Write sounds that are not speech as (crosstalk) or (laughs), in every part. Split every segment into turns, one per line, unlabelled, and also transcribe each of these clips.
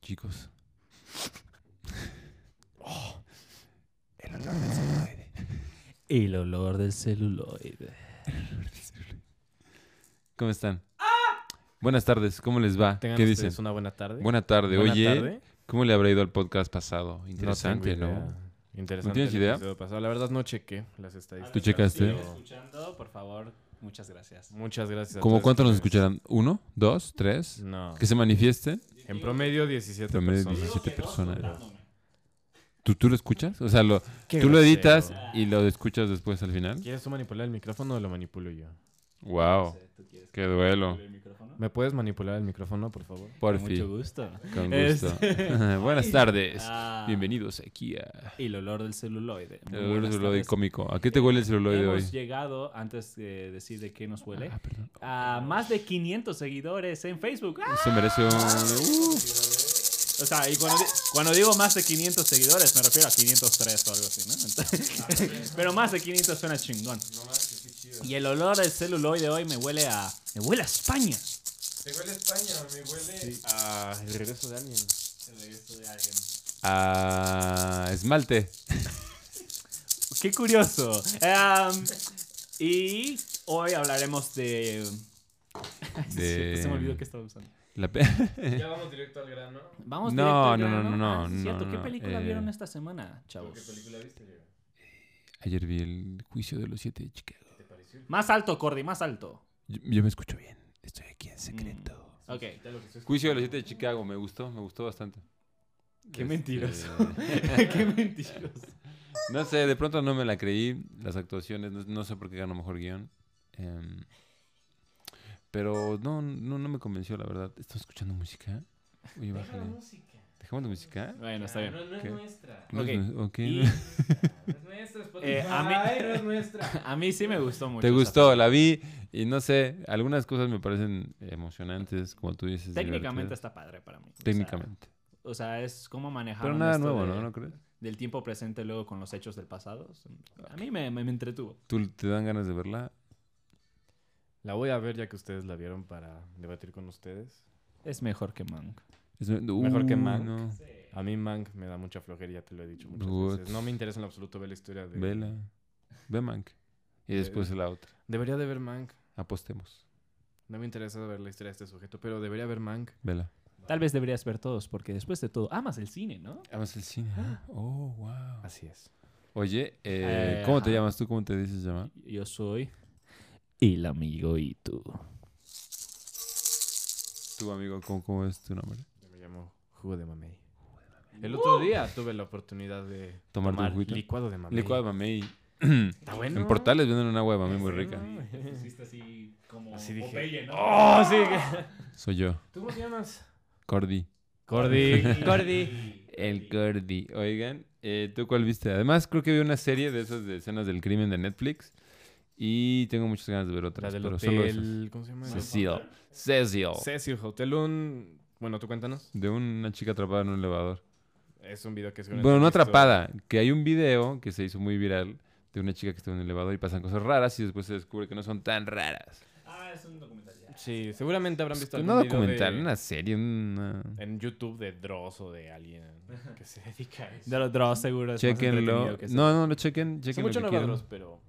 chicos.
El olor del celuloide.
El olor del celuloide.
¿Cómo están? Buenas tardes, ¿cómo les va?
Tengan
¿Qué
ustedes
dicen?
una buena tarde.
Buena tarde,
Buena
oye,
tarde.
¿cómo le habrá ido al podcast pasado?
No
Interesante,
tengo
¿no?
idea. Interesante.
¿No tienes
el
idea?
episodio pasado. La verdad no chequé las estadísticas.
¿Tú checaste?
pero
escuchando, por favor, muchas gracias.
Muchas gracias. a
¿Cómo
todos
cuántos nos
ustedes.
escucharán? ¿Uno? ¿Dos? ¿Tres?
pues, No.
¿Que se manifiesten?
En promedio 17
Promedio
personas.
17 personas. ¿Tú, tú lo escuchas? O sea, lo,
Qué
tú lo
grosero.
editas y lo escuchas después al final.
¿Quieres tú manipular el micrófono o lo manipulo yo?
Wow, qué duelo.
¿Me puedes manipular el micrófono, por favor?
Por
Mucho
fin,
gusto.
con
Es-
gusto. (laughs) Buenas tardes.
Ah,
Bienvenidos aquí a
El olor del celuloide. Muy
El olor del
buenas
celuloide
tardes.
cómico. ¿A qué te huele el celuloide
Hemos
hoy?
llegado, antes de decir de qué nos
¿eh?
huele,
Ah, perdón.
a más de 500 seguidores en Facebook. ¡Ah!
Eso merece un... ¡Uh!
O sea, y cuando, di- cuando digo más de 500 seguidores, me refiero a 503 o algo así, ¿no? Entonces- (laughs) pero más de 500 suena chingón. Y el olor del celuloide hoy me huele a... Me huele a España.
Me huele a España, me huele a el regreso de
(laughs)
alguien.
a uh, esmalte.
Qué curioso. Em, y hoy hablaremos de... (laughs)
De-
Se me olvidó que estaba usando.
La pe- (laughs)
Ya vamos directo al grano.
Vamos
No,
directo al
no, no,
grano.
no, no,
Ah, sí,
no,
cierto. ¿Qué
no,
película
eh.
vieron esta semana, chavos?
¿Qué película viste, Diego?
Ayer vi el juicio de los siete de Chicago.
¿Qué te pareció?
Más alto, Cordy, más alto.
Yo, yo me escucho bien. Estoy aquí en secreto.
Ok.
Ya lo que estoy
Mm. Juicio de los siete de Chicago. Me gustó, me gustó bastante.
Qué
Este,
mentiroso.
(laughs) Qué mentiroso.
(laughs) No sé, de pronto no me la creí. Las actuaciones, no, no sé por qué ganó mejor guión. Em, pero no, no, no me convenció, la verdad. ¿Estás escuchando música? Oye,
Deja la
bájale.
música.
¿Dejamos la música?
Bueno, está bien.
No, no es
¿Qué?
nuestra.
No es
Ok.
nu- ok.
Y-
No es nuestra. Spotify.
Eh, a mí-
no es nuestra.
(laughs) A mí sí me gustó mucho.
(laughs) Te
esa
gustó, la vi y no sé, algunas cosas me parecen emocionantes, como tú dices.
Técnicamente
divertidas.
está padre para mí. O sea,
Técnicamente.
O sea, es como manejar.
Pero nada nuevo, ¿no? ¿No crees?
Del tiempo presente luego con los hechos del pasado. A mí me, me- me entretuvo.
¿Tú te dan ganas de verla?
La voy a ver ya que ustedes la vieron para debatir con ustedes.
Es mejor que Mank.
Es me-
Mejor que
Uh,
Mank.
no.
A mí Mank me da mucha flojería, te lo he dicho muchas
But-
veces. No me interesa en absoluto ver la historia de...
Vela. Ve Mank. Y después la otra.
Debería de ver Mank.
Apostemos.
No me interesa ver la historia de este sujeto, pero debería ver Mank.
Vela.
Tal vez deberías ver todos, porque después de todo, amas el cine, ¿no?
Amas el cine. ¿no? (gasps) Oh, wow.
Así es.
Oye, eh,
Eh,
¿cómo te
ajá.
llamas tú? ¿Cómo te dices llamar?
Yo soy el amigo y tú.
Tu amigo, ¿cómo, cómo es tu nombre?
Yo me llamo Jugo de Mamey. El otro día tuve la oportunidad de
Tomarte un
tomar
juguito.
licuado de mamey.
Licuado de mamey.
Está bueno.
En Portales venden un agua de mamey muy rica.
Hiciste así como.
Así dije.
¡Oh, sí!
Soy yo,
¿Tú cómo te llamas?
Cordy.
Cordy.
El Cordy. Oigan, eh, ¿tú cuál viste? Además, creo que vi una serie de esas de escenas del crimen de Netflix. Y tengo muchas ganas de ver
La
otras.
del
pero solo esas.
hotel... ¿Cómo se llama?
Cecil. Cecil.
Cecil Hotel. Un... Bueno, tú cuéntanos.
De una chica atrapada en un elevador.
Es un video que seguramente
Bueno, no
has visto.
atrapada. Que hay un video que se hizo muy viral de una chica que está en un elevador y pasan cosas raras y después se descubre que no son tan raras.
Ah, es un documental.
Sí, seguramente habrán visto
no
algún video
documental,
de- Eh,
una serie, una...
en YouTube de Dross o de alguien que se (laughs) dedica a eso.
De los Dross, seguro. es más
Chequenlo.
entretenido que
No, no, lo chequen. chequen
Son
lo
mucho
que
no va
quieran.
Dross, pero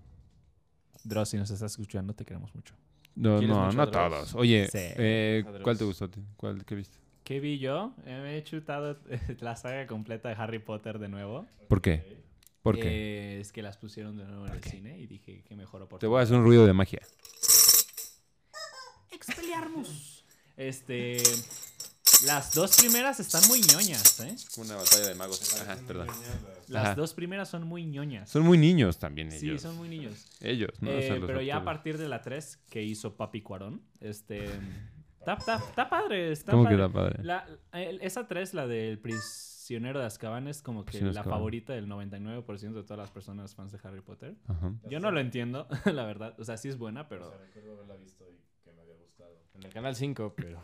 Dross, si nos estás escuchando, te queremos mucho.
No,
¿Quieres
no,
mucho
no
Dross?
todos. Oye,
Sí.
eh,
Mucho
¿cuál
Dross.
te gustó a ti? ¿Cuál, ¿Qué viste?
¿Qué vi yo? Eh, Me he chutado eh, (laughs) la saga completa de Harry Potter de nuevo.
¿Por qué? ¿Por qué?
Eh, es que las pusieron de nuevo en el cine y dije que mejor
Te
oportunidad.
voy a hacer un ruido de magia.
Expelliarmus. Este. Las dos primeras están muy ñoñas, ¿eh?
Una batalla de magos. Ajá, perdón.
Las
Ajá.
dos primeras son muy ñoñas.
Son muy niños también ellos.
Sí, son muy niños.
Ellos, ¿no? O sea,
Eh,
los
pero ya a
actores.
partir de la 3 que hizo Papi Cuarón, este. (laughs) Está, está- está padre, está
¿Cómo
padre.
queda padre?
La- el- esa 3, la del prisionero de Azkaban, es como que
Prisionero de
la
Azkaban.
favorita del 99% de todas las personas fans de Harry Potter.
Ajá.
Yo no lo entiendo, (laughs) la verdad. O sea, sí es buena, pero...
Pues, recuerdo haberla visto y que me había gustado. En el canal 5, (laughs) pero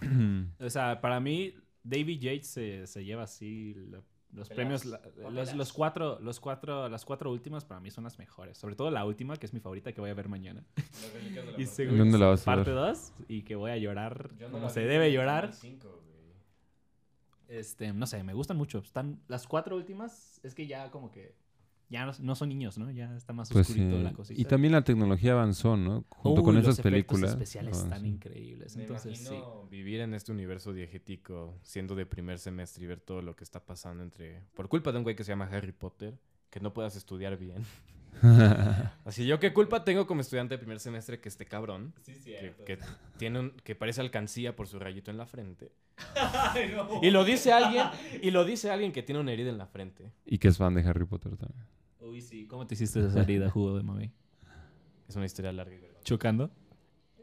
O sea, para mí, David Yates se, se lleva así la- los premios. la- los, los cuatro, los cuatro, las cuatro últimas para mí son las mejores. Sobre todo la última, que es mi favorita, que voy a ver mañana. (laughs) y
¿En dónde la vas a
parte
ver?
2 y que voy a llorar como se debe llorar. Este, no sé, me gustan mucho. Están las cuatro últimas, es que ya como que ya no, no son niños, ¿no? Ya está más
(clears throat) Pues
oscurito
sí.
la cosita.
Y también la tecnología avanzó, ¿no? Junto
Uy,
con
los
esas
efectos
películas. Ah,
especiales
avanzó.
están increíbles.
Me
Entonces, sí.
imagino vivir en este universo diegético, siendo de primer semestre y ver todo lo que está pasando entre... Por culpa de un güey que se llama Harry Potter, que no puedas estudiar bien. Así yo qué culpa tengo como estudiante de primer semestre que este cabrón, que, que tiene un- que parece alcancía por su rayito en la (laughs) frente. Y lo dice alguien, y lo dice alguien que tiene una herida en la frente.
Y que es fan de Harry Potter también.
Uy, sí. ¿Cómo te hiciste esa
(laughs)
herida, jugo de mami?
Es una historia larga y vergonzosa.
¿Chocando?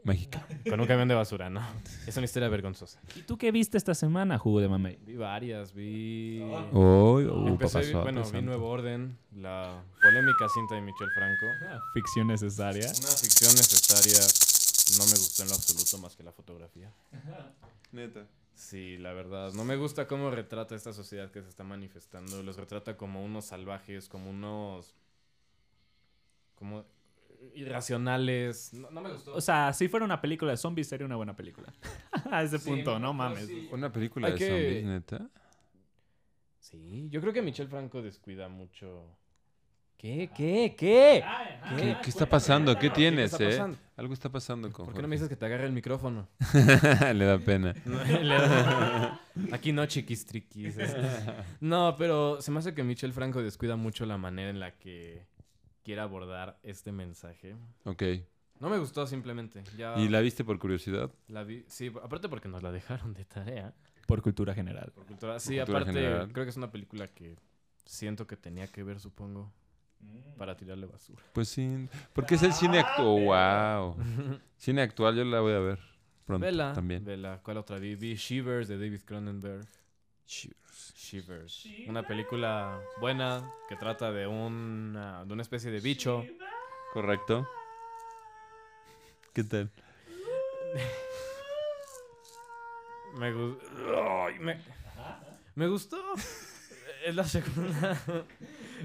Mágica.
Con un camión de basura, ¿no. Es una historia vergonzosa.
¿Y tú qué viste esta semana, jugo de mami?
Vi varias, vi...
Oh, oh,
Empecé, vi-
papazote,
bueno, vi
santo.
Nuevo Orden, la polémica cinta de Michel Franco.
Ficción necesaria.
Una ficción necesaria, no me gustó en lo absoluto más que la fotografía.
Neta.
Sí, la verdad, no me gusta cómo retrata esta sociedad que se está manifestando. Los retrata como unos salvajes, como unos... como irracionales. No, no me gustó.
O sea, si fuera una película de zombies, sería una buena película. (laughs) A ese
Sí,
punto,
no,
no
no,
mames.
sí.
Una película
Hay
de
que-
zombies, neta.
Sí, yo creo que Michel Franco descuida mucho... ¿Qué? ¿Qué? ¿Qué?
¿Qué, qué está pasando? ¿Qué tienes,
Ah, está
eh?
pasando?
Algo está pasando con
¿Por qué no me
Jorge.
dices que te agarre el (laughs) micrófono?
(laughs) Le da pena.
Aquí no chiquis triquis. este. No, pero se me hace que Michel Franco descuida mucho la manera en la que quiere abordar este mensaje.
Ok.
No me gustó simplemente. Ya
¿Y la viste por curiosidad?
la vi. Sí, aparte porque nos la dejaron de tarea.
Por cultura general.
Por cultura- Sí,
cultura
aparte
general.
creo que es una película que siento que tenía que ver, supongo, para tirarle basura.
Pues sí. Porque es el cine (laughs) actual. ¡Wow! Cine actual, yo la voy a ver pronto
Vela.
también.
Vela. ¿Cuál otra vi? Vi Shivers de David Cronenberg. Shivers. Una película buena que trata de una, de una especie de bicho.
¿Correcto? ¿Qué tal?
Me gustó. me... me gustó. Es la segunda.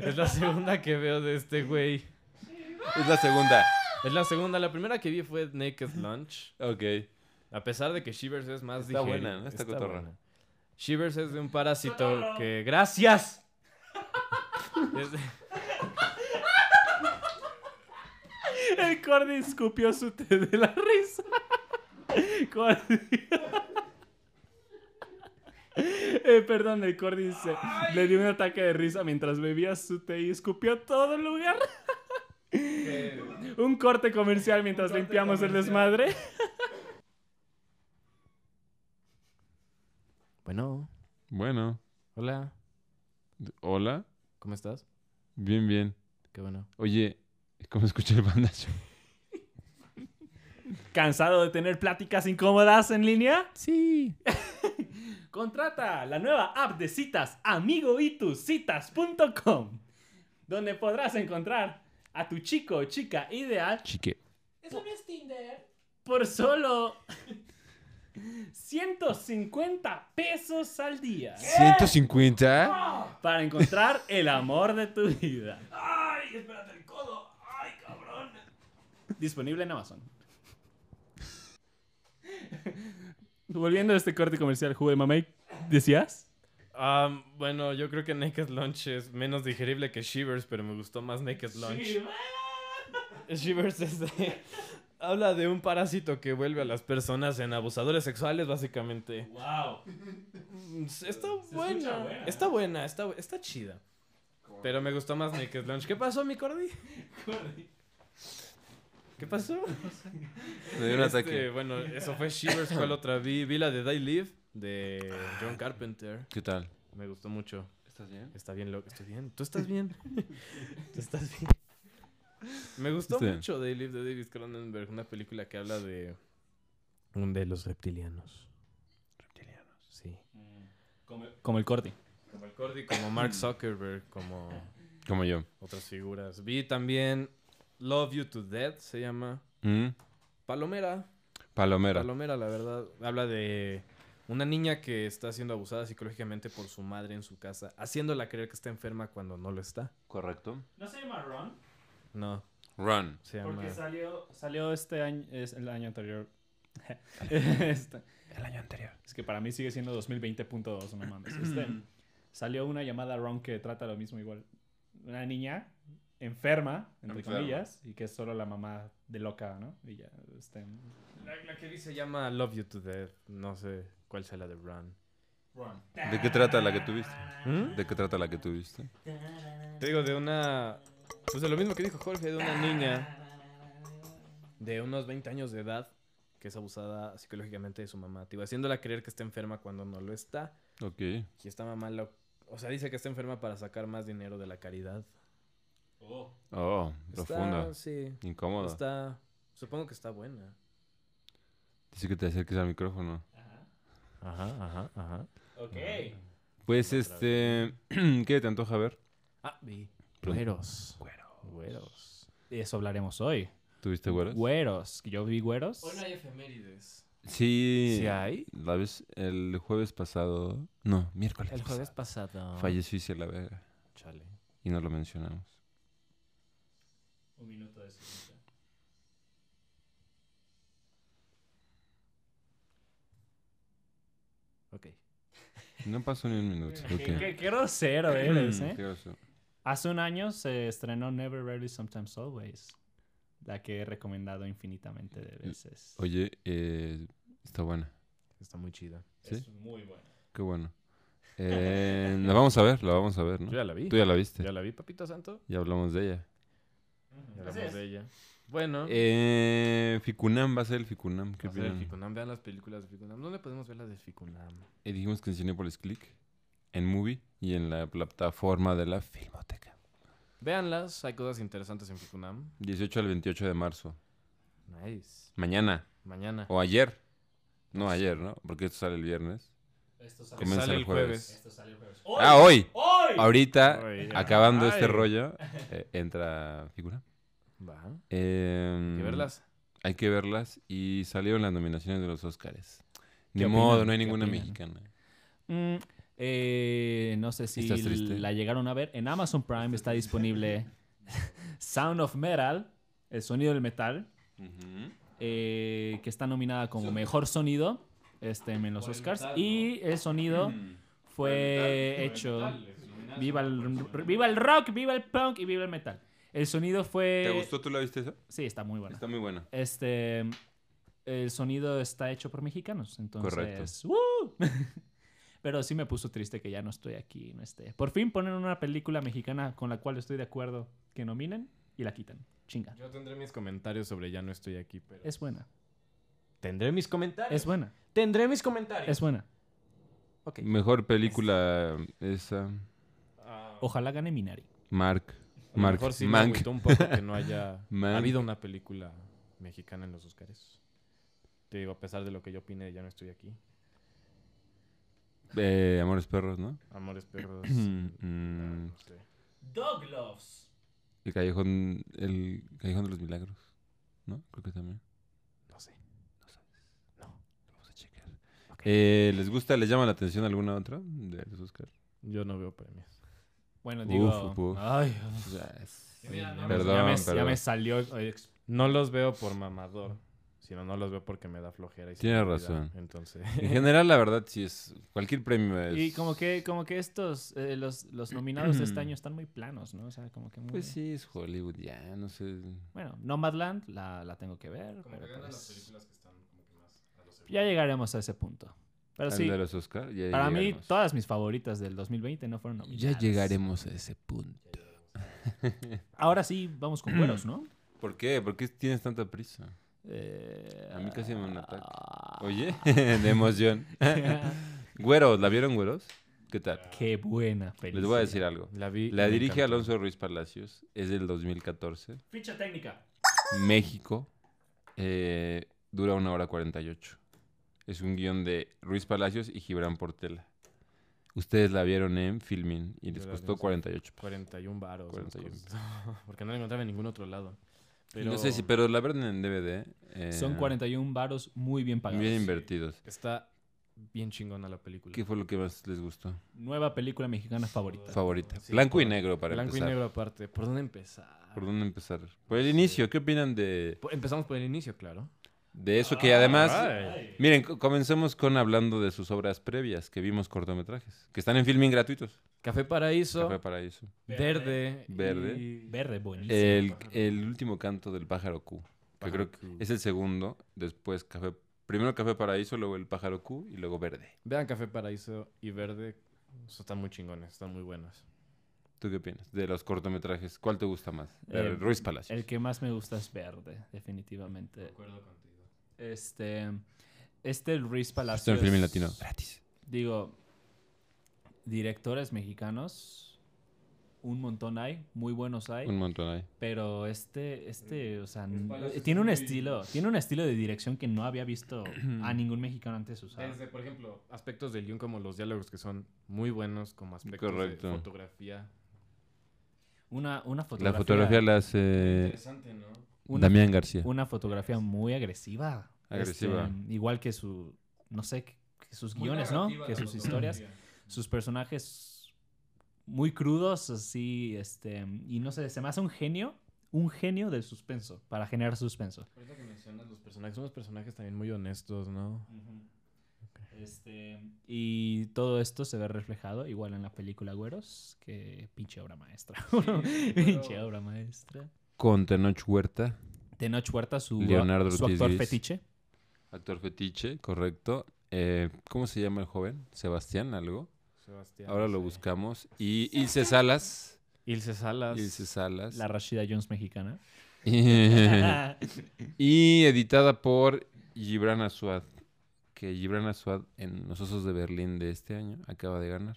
es la segunda que veo de este güey.
Es la segunda.
Es la segunda. La primera que vi fue Naked Lunch.
Ok.
A pesar de que Shivers es más
Está
digeri-
buena, ¿no? Está cotorra.
buena. Shivers es de un parásito que. ¡Gracias! Es de-
El Cordy escupió su té de la risa. Cordy. Eh, perdón, el Cordy se- le dio un ataque de risa mientras bebía su té y escupió todo el lugar. un corte comercial mientras limpiamos el desmadre.
Bueno,
Bueno.
hola.
Hola.
¿Cómo estás?
Bien, bien.
Qué bueno.
Oye, ¿cómo escuché el bandazo?
¿Cansado de tener pláticas incómodas en línea?
Sí.
(laughs) Contrata la nueva app de citas amigoitucitas.com, donde podrás encontrar a tu chico o chica ideal
Chique.
Eso no es Tinder.
por solo (laughs) 150 pesos al día
¿150?
para encontrar el amor de tu vida.
Ay, espérate el codo. Ay, cabrón.
Disponible en Amazon. Volviendo a este corte comercial, jugo de mamey, ¿decías?
Ah, bueno, yo creo que Naked Lunch es menos digerible que Shivers, pero me gustó más Naked Lunch. Shivers es de- (laughs) Habla de un parásito que vuelve a las personas en abusadores sexuales, básicamente.
Wow.
Mm, Está
escucha
buena.
buena.
Está buena, está, bu- está chida. Pero me gustó más Naked Lunch. ¿Qué pasó, mi Cordy? ¿Qué pasó?
Me dio un
Este,
ataque.
bueno, eso fue Shivers. ¿Cuál otra vi? Vi la de Die Live de
Ah.
John Carpenter.
¿Qué tal?
Me gustó mucho.
¿Estás bien?
Está bien, loco. Estoy bien. ¿Tú estás (laughs) bien? ¿Tú estás bien? (laughs) Me gustó
Estoy bien.
mucho They Live de David Cronenberg, una película que habla de... De los reptilianos. Reptilianos. Sí.
Como el corte.
Como el Cordy, como Mark Zuckerberg, como
Como yo.
otras figuras. Vi también Love You to Death, se llama.
Mm,
Palomera.
Palomera.
Palomera, la verdad. Habla de una niña que está siendo abusada psicológicamente por su madre en su casa, haciéndola creer que está enferma cuando no lo está.
Correcto.
¿No se llama Ron?
No,
Run.
se llama...
Porque salió, salió este año, es el año anterior. (laughs) Este,
El año anterior.
es que para mí sigue siendo 2020.2,
(clears throat)
no mames. Este, salió una llamada wrong que trata lo mismo igual. Una niña enferma, entre
Enferma.
comillas, y que es solo la mamá de loca, ¿no? Y ya, este,
La, que vi se llama Love You to Death. No sé cuál sea la de Run.
¿De qué trata la que tuviste? ¿De qué trata la que tuviste?
Te digo, de una. Pues de lo mismo que dijo Jorge, de una niña de unos 20 años de edad que es abusada psicológicamente de su mamá. Te digo, haciéndola creer que está enferma cuando no lo está.
Ok.
Y esta mamá lo. O sea, dice que está enferma para sacar más dinero de la caridad.
Oh,
Está,
profunda.
sí.
Incómoda.
Está. Supongo que está buena.
Dice que te acerques al micrófono.
Ajá, ajá, ajá.
Ok.
Pues este. (clears throat) ¿Qué te antoja ver?
Ah, vi.
Perdón.
Güeros.
Güeros.
De eso hablaremos hoy.
¿Tuviste güeros?
Güeros. Yo vi güeros.
Hoy no hay efemérides.
Sí.
¿Sí hay?
La vez, el jueves pasado. No, miércoles.
El jueves
pasado,
pasado.
Falleció Isela Vega
Chale.
y no lo mencionamos.
Un minuto de silencio.
Ok.
No pasó ni un minuto. ok.
Qué, qué-
(clears throat)
qué grosero eres,
Mm,
¿eh?
qué oso.
Hace un año se estrenó Never Rarely Sometimes Always, la que he recomendado infinitamente de veces.
Oye, eh, está buena.
Está muy chida.
¿sí?
muy buena.
Qué bueno. Eh, la vamos a ver, la vamos a ver, ¿no?
Yo ya la vi.
Tú ya la viste.
Ya la vi, papito santo.
Ya hablamos de ella.
Ya hablamos de ella. Bueno.
Eh, Ficunam va a ser el Ficunam. ¿Qué
va a ser el
opinan?
Ficunam. Vean las películas de Ficunam. ¿Dónde podemos ver las de Ficunam?
Eh, dijimos que en Cinepolis Click, en Movie y en la plataforma de la Filmoteca.
Veanlas. Hay cosas interesantes en Ficunam.
18 al 28 de marzo.
Nice.
Mañana.
Mañana.
O ayer. No
Pues
ayer, ¿no? Porque esto sale el viernes.
Esto
sale- comienza
Sale
el
el jueves.
sale jueves.
Ah, hoy.
¡Hoy!
Ahorita,
Hoy, ya.
acabando este
Ay. (laughs)
rollo, eh, entra figura.
Va.
Em,
Hay que verlas.
Hay que verlas. Y salieron las nominaciones de los Oscars.
¿Qué
Ni
opinan?
modo, no hay
¿Qué
ninguna
opinan?
mexicana.
Mm, eh, no sé si
¿Estás triste?
la llegaron a ver. En Amazon Prime está disponible (laughs) Sound of Metal, el sonido del metal, eh, que está nominada como mejor sonido este, en los
Por el
Oscars.
metal, Mm.
Y el sonido fue hecho. Viva el, viva el rock, viva el punk y viva el metal. El sonido fue.
¿Te gustó? ¿Tú la viste esa?
Sí, está muy bueno.
Está muy buena.
Este. El sonido está hecho por mexicanos, entonces.
Correcto.
¡uh! (laughs) Pero sí me puso triste que ya no estoy aquí. No esté. Por fin ponen una película mexicana con la cual estoy de acuerdo que nominen y la quitan. Chinga.
Yo tendré mis comentarios sobre Ya no estoy aquí, pero.
Es buena.
Tendré mis comentarios.
Es buena.
Tendré mis comentarios.
Es buena.
Ok.
Mejor película esa.
Ah,
Ojalá gane Minari.
Mark.
a lo
Mark.
mejor sí me
Mank.
agüitó un poco que no haya
(laughs) Mank.
habido una película mexicana en los Oscars. Te digo, a pesar de lo que yo opine, de ya no estoy aquí.
Eh, Amores Perros,
(clears throat)
¿no?
Amores perros.
(clears throat) Mm,
ah,
mm.
no sé.
Dog Loves.
El Callejón, el Callejón de los Milagros, ¿no? Creo que también.
No sé.
Vamos a checar. Eh, ¿Les gusta, les llama la atención alguna otra de los Oscar?
Yo no veo premios.
Bueno,
Uf,
digo.
uf, uf.
Ay,
Perdón,
ya, me, ya
perdón.
me salió. eh, ay, ex-
No los veo por mamador, sino no los veo porque me da flojera. Y se
Tienes
me olvida.
razón. (laughs)
Entonces,
En general, la verdad, sí es. Cualquier premio es.
Y como que, como que estos, eh, los, los nominados
(clears throat)
de este año están muy planos, ¿no? O sea, como que muy...
Pues sí, es Hollywood, ya, no sé.
Bueno, Nomadland la, la tengo que ver. pero pues,
que están como que más a los
ya llegaremos a ese punto. Pero
Al
sí,
de los Oscar, ya
para mí
llegaremos.
todas mis favoritas del 2020 no fueron
Ya
nominadas.
llegaremos a ese punto.
Ahora sí, vamos con
(clears throat)
buenos, ¿no?
¿Por qué? ¿Por qué tienes tanta prisa?
Eh,
A mí casi me da un ataque. Oye, (laughs) de emoción. Güeros, ¿la vieron, güeros? ¿Qué tal?
(laughs) Qué buena película.
Les voy a decir algo.
La vi. y
La
Ah, me
dirige
encantó.
Alonso Ruiz Palacios, es del 2014.
Ficha técnica.
México, eh, dura una hora 48. Es un guión de Ruiz Palacios y Gibran Portela. Ustedes la vieron en Filmin y les
Yo la vi
costó
en
48 pesos.
41 varos.
41.
nos costó, (laughs) Porque no la encontraba en ningún otro lado. Pero
No sé si, pero la vieron en DVD. eh,
Son 41 varos muy bien pagados.
Bien invertidos.
Está bien chingona la película.
¿Qué fue lo que más les gustó?
Nueva película mexicana favorita.
Favorita.
Sí,
Blanco y
por-
negro para
Blanco
empezar.
y negro aparte. ¿Por dónde empezar?
¿Por dónde empezar? Por el inicio, ¿qué opinan de
Por- Empezamos por el inicio, claro.
De eso que además,
Ay.
miren, co- comencemos con hablando de sus obras previas, que vimos cortometrajes, que están en filming gratuitos.
Café Paraíso,
Café Paraíso.
Verde.
Verde.
y-
Verde, buenísimo.
El, el último canto del pájaro Q, que creo
Pájaro
que
Q.
es el segundo, después Café, primero Café Paraíso, luego el pájaro Q y luego Verde.
Vean Café Paraíso y Verde. Eso están muy chingones, están muy buenos.
¿Tú qué opinas? De los cortometrajes, ¿cuál te gusta más?
Eh,
Ruiz Palacios.
El que más me gusta es verde, definitivamente.
acuerdo contigo.
Este, este Luis
Está
Palacios.
en filming latino. Gratis.
Digo, directores mexicanos, un montón hay, muy buenos hay,
Un montón ahí.
pero este, este, o sea, n-
Palacios
tiene un
es muy-
estilo, tiene un estilo de dirección que no
(clears throat)
había visto a ningún mexicano antes usar.
Desde, por ejemplo, aspectos del guión como los diálogos que son muy buenos, como aspectos
Correcto.
de fotografía.
Una, una
La
fotografía,
fotografía la hace
Interesante, ¿no?
una,
Damián García.
una fotografía muy agresiva.
Agresiva.
Este, igual que su, no sé, que que sus guiones, ¿no? Que sus historias. sus personajes muy crudos, así, este, y no sé, se me hace un genio, un genio del suspenso, para generar suspenso.
Ahorita que mencionas los personajes, son unos personajes también muy honestos, ¿no?
Este, y todo esto se ve reflejado igual en la película Güeros, que pinche obra maestra. (laughs) pinche obra maestra.
Con Tenoch Huerta,
Tenoch Huerta, su,
Leonardo
su
Ortiz
actor
Gris.
fetiche.
actor fetiche, correcto. Eh, ¿Cómo se llama el joven? Sebastián, algo.
Sebastián.
Ahora lo
sí.
buscamos. Y Ilse Salas.
Ilse Salas.
Ilse Salas.
La Rashida Jones mexicana.
(laughs) y editada por Gibran Asuad. Que Gibran Asuad en Los Osos de Berlín de este año acaba de ganar.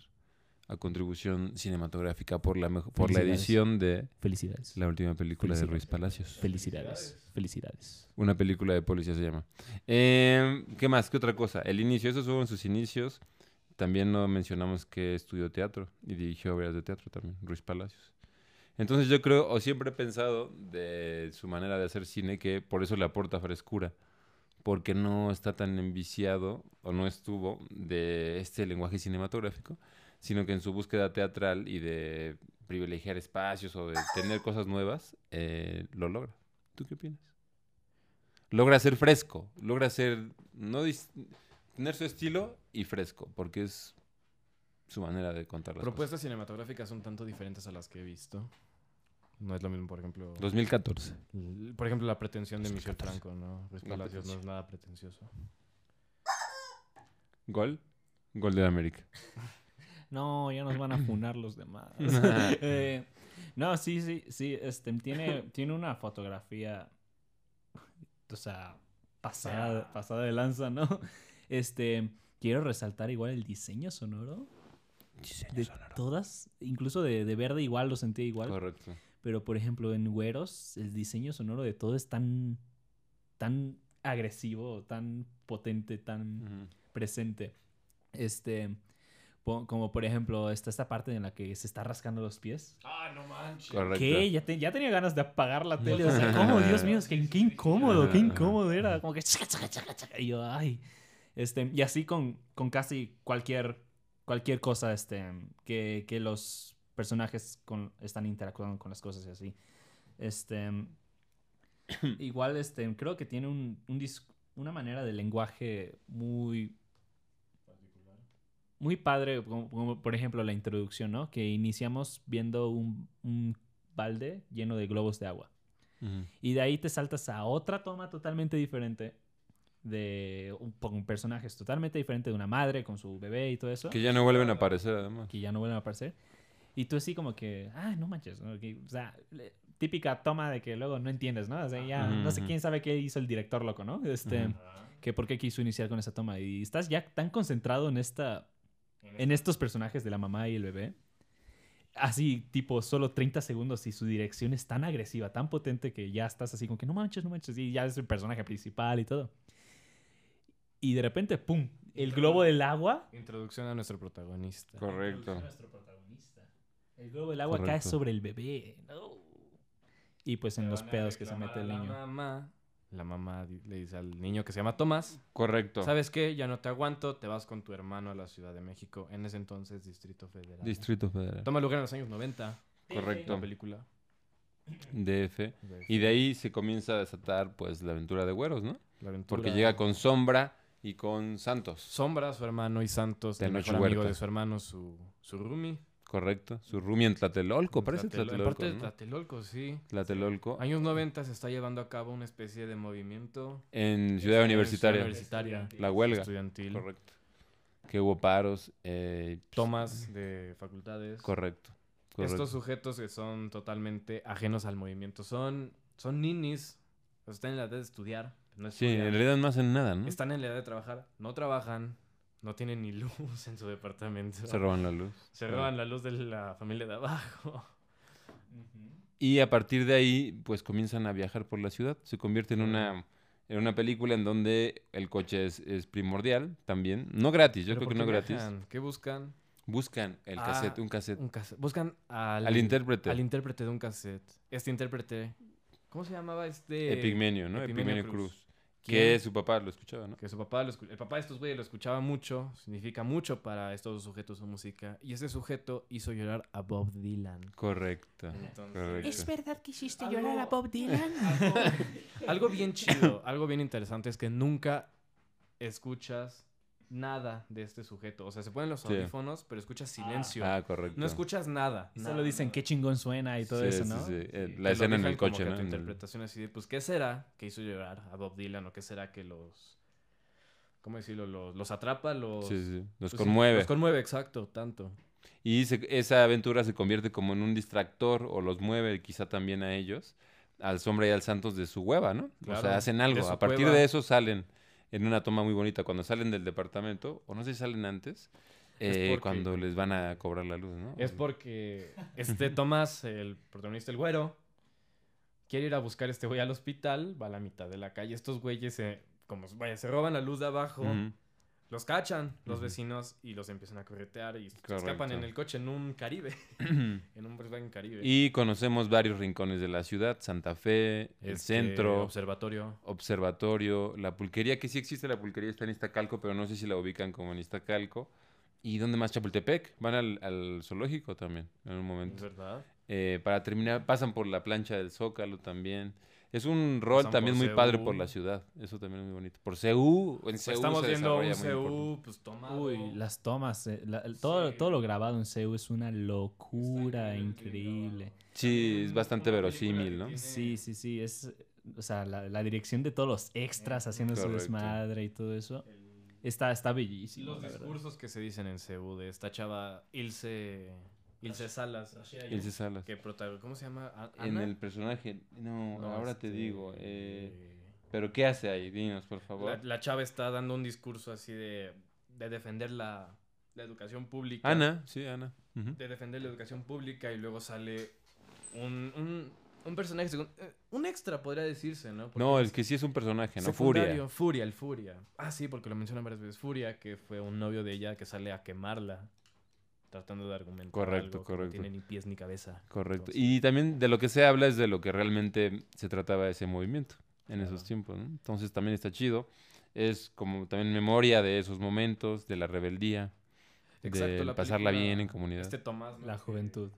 A contribución cinematográfica por la, mejo- por la
Felicidades.
edición de
Felicidades.
la última película de
Felicidades.
Ruiz Palacios.
Felicidades. Felicidades.
Una película de policía se llama. Em, ¿Qué más? ¿Qué otra cosa? El inicio, esos fueron sus inicios. También no mencionamos que estudió teatro y dirigió obras de teatro también, Ruiz Palacios. Entonces yo creo, o siempre he pensado de su manera de hacer cine, que por eso le aporta frescura, porque no está tan enviciado o no estuvo de este lenguaje cinematográfico, sino que en su búsqueda teatral y de privilegiar espacios o de tener cosas nuevas, eh, lo logra. ¿Tú qué opinas? logra ser fresco, logra ser, no dis- tener su estilo y fresco, porque es su manera de contar las
Propuestas cinematográficas son tanto diferentes a las que he visto. No es lo mismo, por ejemplo.
cosas. 2014.
l- Por ejemplo, la pretensión de
Los
Michel
encantos.
Franco, ¿no? Luis
La
Palacios no
pretensión.
es nada pretencioso.
Gol. Gol de América.
No, ya nos van a funar los demás. Eh, no, sí, sí, sí. Este, tiene, tiene una fotografía, o sea,
Ah.
pasada, pasada de lanza, ¿no? Este, quiero resaltar igual el diseño sonoro. de todas, incluso de, de verde igual lo sentí igual.
Correcto.
Pero, por ejemplo, en Güeros, el diseño sonoro de todo es tan, tan agresivo, tan potente, tan
Ujú.
presente. Este, po- como por ejemplo, está esta parte en la que se está rascando los pies.
Ah, no manches.
Correcto.
¿Qué? Ya, te- ya tenía ganas de apagar la tele. O sea, ¿cómo? Dios mío, es que qué incómodo, qué incómodo era. Como que... chaca, chaca, chaca, chaca, Y yo, ay. Este, y así con, con casi cualquier, cualquier cosa este, que, que los personajes con, están interactuando con las cosas y así. Este, igual este, creo que tiene un, un dis- una manera de lenguaje muy... Muy padre, como, como, por ejemplo la introducción, ¿no? Que iniciamos viendo un, un balde lleno de globos de agua.
Ujú.
Y de ahí te saltas a otra toma totalmente diferente de un, con personajes totalmente diferente de una madre con su bebé y todo eso.
Que ya no vuelven a aparecer, además.
que ya no vuelven a aparecer. Y tú así como que, ah, no manches. ¿no? Que, o sea, le- típica toma de que luego no entiendes, ¿no? O sea, ya
Ujú,
no sé
ujú.
quién sabe qué hizo el director loco, ¿no? Este,
Ujú.
que por qué quiso iniciar con esa toma. Y estás ya tan concentrado en esta, en estos personajes de la mamá y el bebé. Así, tipo, solo 30 segundos y su dirección es tan agresiva, tan potente que ya estás así como que no manches, no manches. Y ya es el personaje principal y todo. Y de repente, ¡pum! El globo del agua
Introducción a nuestro protagonista.
Correcto.
nuestro protagonista. El globo del agua
Correcto.
cae sobre el bebé. No. Y pues en los pedos que se mete el
La
niño.
mamá, la mamá di- le dice al niño que se llama Tomás,
Correcto.
¿sabes qué? Ya no te aguanto, te vas con tu hermano a la Ciudad de México, en ese entonces Distrito Federal.
Distrito Federal.
Toma lugar en los años 90,
Correcto.
la película.
DF. Y de ahí se comienza a desatar, pues, la aventura de Güeros, ¿no?
La aventura.
Porque llega con Sombra y con Santos.
Sombra, su hermano, y Santos, el
Tenoch
mejor amigo
Huerta.
de su hermano, su, su roomie.
Correcto. Su Rumi en Tlatelolco, parece
Tlatelol-
Tlatelolco.
Aparte de
¿no?
Tlatelolco, sí.
Tlatelolco.
Años 90 se está llevando a cabo una especie de movimiento.
En Ciudad Universitaria.
universitaria.
La huelga.
Estudiantil.
Correcto. Que hubo paros. eh,
Tomas de facultades.
Correcto. correcto.
Estos sujetos que son totalmente ajenos al movimiento son, son ninis. o sea, Están en la edad de estudiar. No
Sí,
estudian.
en realidad no hacen nada, ¿no?
Están en la edad de trabajar. No trabajan. No tienen ni luz en su departamento.
Se roban la luz.
Se roban la luz de la familia de abajo. (laughs)
Y a partir de ahí, pues comienzan a viajar por la ciudad. Se convierte en
Mm.
una, en una película en donde el coche es, es primordial también. No gratis, yo
¿Pero
creo
por
que no
qué
gratis.
viajan? ¿Qué buscan?
Buscan el
Ah,
cassette, un cassette.
Un cassette. Buscan al,
Al intérprete.
al intérprete de un cassette. Este intérprete. ¿Cómo se llamaba este?
Epigmenio, ¿no?
Epigmenio
Epigmenio
Cruz.
Cruz.
¿Quién?
Que su papá lo escuchaba, ¿no?
Que su papá, lo escu- el papá de estos güeyes lo escuchaba mucho, significa mucho para estos dos sujetos su música. Y ese sujeto hizo llorar a Bob Dylan.
Correcto.
Entonces-
correcto.
verdad que hiciste llorar a Bob Dylan?
(laughs) Algo bien chido, algo bien interesante es que nunca escuchas nada de este sujeto. O sea, se ponen los
Sí.
audífonos, pero escuchas silencio.
Ah, correcto.
no escuchas nada. nada.
Solo dicen qué chingón suena y todo
Sí,
eso,
sí,
¿no?
sí. Eh,
Te lo
La escena en
dejan
el
como
coche,
que
¿no?
Tu
En el-
interpretación así de, pues, ¿qué será que hizo llorar a Bob Dylan? ¿O qué será que los... ¿Cómo decirlo? Los, los atrapa, los...
Sí, sí. Los
pues sí,
conmueve.
Los conmueve, exacto, tanto.
Y se- esa aventura se convierte como en un distractor o los mueve quizá también a ellos, al Sombra y al Santos de su hueva, ¿no? o
Claro,
sea, hacen
de
algo.
su
A partir
cueva.
de eso salen en una toma muy bonita. Cuando salen del departamento, o no sé si salen antes,
Es
eh,
porque-
cuando les van a cobrar la luz, ¿no?
Es porque este Tomás, el protagonista, el güero, quiere ir a buscar a este güey al hospital, va a la mitad de la calle. Estos güeyes, se, como vaya, se roban la luz de abajo,
Ujú.
los cachan los
Ujú.
vecinos y los empiezan a corretear y se escapan
Correcto.
en el coche en
(clears throat)
un Caribe, en un Volkswagen Caribe.
Y conocemos varios rincones de la ciudad, Santa Fe, el
Este,
centro,
Observatorio.
observatorio, la pulquería, que sí existe la pulquería, está en Iztacalco, pero no sé si la ubican como en Iztacalco. ¿Y dónde más? Chapultepec. Van al, al zoológico también, en un momento.
¿Verdad?
Eh, para terminar, pasan por la plancha del Zócalo también. Es un rol
Pasan
también
por
muy padre por
CU.
la ciudad. Eso también es muy bonito. Por CU, en
Pues
CU
estamos
se
viendo un
desarrolla muy importante.
CU, pues tomado.
Uy, las tomas, eh, la- el- todo,
Sí.
todo lo grabado en CEU es una locura increíble.
Sí, es bastante
Una película
verosímil, ¿no?
que
Sí, sí, sí, es, o sea, la, la dirección de todos los extras haciendo su
Correcto.
desmadre y todo eso. Está, está bellísimo,
Los
la verdad.
discursos que se dicen en CU de esta chava Ilse, Ilse Salas,
Ilse Salas.
que prota- ¿cómo se llama? A-
En
Ana?
el personaje, no,
No,
ahora te
este,
digo. eh, Pero ¿qué hace ahí? Dinos, por favor.
la, la chava está dando un discurso así de, de defender la, la educación pública.
Ana, sí, Ana. Ujú.
De defender la educación pública y luego sale un, un, un personaje, segun- eh, un extra podría decirse, ¿no? Porque
No,
es-
el que sí es un personaje, ¿no? Furia.
Secundario, Furia, el Furia. Ah, sí, porque lo mencionan varias veces. Furia, que fue un novio de ella que sale a quemarla. Tratando de argumentar.
Correcto,
algo que no
correcto.
tiene ni pies ni cabeza.
Correcto.
Entonces,
Y también de lo que se habla es de lo que realmente se trataba ese movimiento en esos
Claro.
tiempos, ¿no? Entonces también está chido. Es como también memoria de esos momentos, de la rebeldía, de
la
pasarla
película-
bien en comunidad.
Este Tomás. ¿no?
La
Que-
juventud.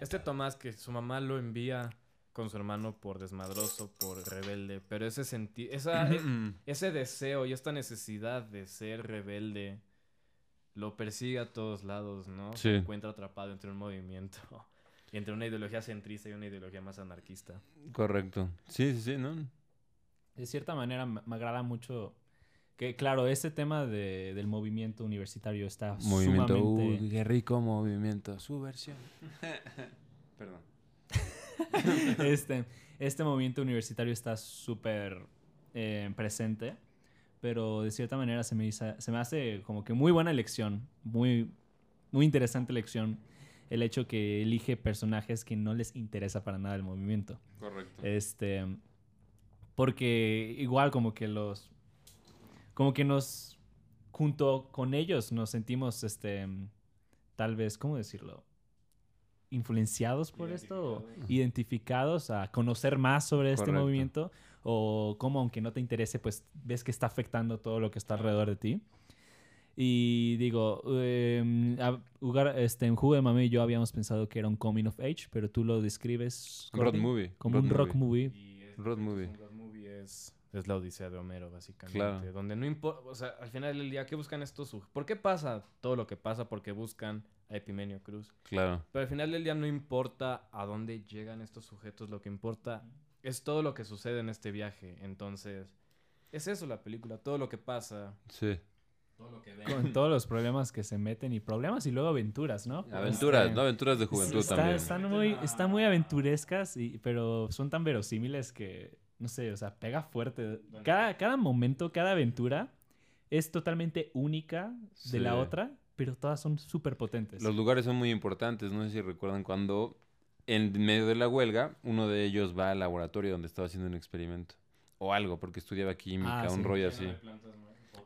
Este Tomás que su mamá lo envía con su hermano por desmadroso, por rebelde. Pero ese senti
(clears throat)
esa, e- ese deseo y esta necesidad de ser rebelde lo persigue a todos lados, ¿no? Se
Sí.
encuentra atrapado entre un movimiento, (laughs) entre una ideología centrista y una ideología más anarquista.
Correcto. Sí, sí, sí, ¿no?
De cierta manera me me agrada mucho que, claro, este tema de- del movimiento universitario está
Movimiento.
Ah, sumamente...
Uy, qué rico movimiento. Su versión. Perdón.
(laughs) este, este movimiento universitario está súper eh, presente, pero de cierta manera se me, hizo- se me hace como que muy buena elección, muy, muy interesante elección, el hecho que elige personajes que no les interesa para nada el movimiento.
Correcto.
Este, porque igual como que los, como que nos, junto con ellos nos sentimos, este, tal vez, ¿cómo decirlo? Influenciados por esto, o identificados a conocer más sobre este
Correcto.
movimiento o como aunque no te interese, pues ves que está afectando todo lo que está alrededor de ti. Y digo, em, a- Ugar- este, en Jugo de Mami y yo habíamos pensado que era un coming of age, pero tú lo describes
Un road
Cordy,
movie.
como un rock movie.
Y es-
Road
es
movie.
un road movie es, es la odisea de Homero, básicamente.
Claro.
Donde no importa, o sea, al final del día, ¿qué buscan estos? suje- ¿Por qué pasa todo lo que pasa? Porque buscan a Epimenio Cruz.
Claro.
Pero al final del día no importa a dónde llegan estos sujetos, lo que importa es todo lo que sucede en este viaje. Entonces, es eso la película, todo lo que pasa,
Sí.
todo lo que
Con
ven.
todos los problemas que se meten y problemas y luego aventuras, ¿no?
Aventuras,
Este,
¿no? Aventuras de
Sí,
juventud
está-
también.
Están muy, están muy aventurescas, y, pero son tan verosímiles que, no sé, o sea, pega fuerte. Cada, cada momento, cada aventura es totalmente única de la
Sí.
otra, pero todas son súper potentes.
Los lugares son muy importantes. No sé si recuerdan cuando, en medio de la huelga, uno de ellos va al laboratorio donde estaba haciendo un experimento. O algo, porque estudiaba química,
Ah,
un
sí.
rollo así.
sí,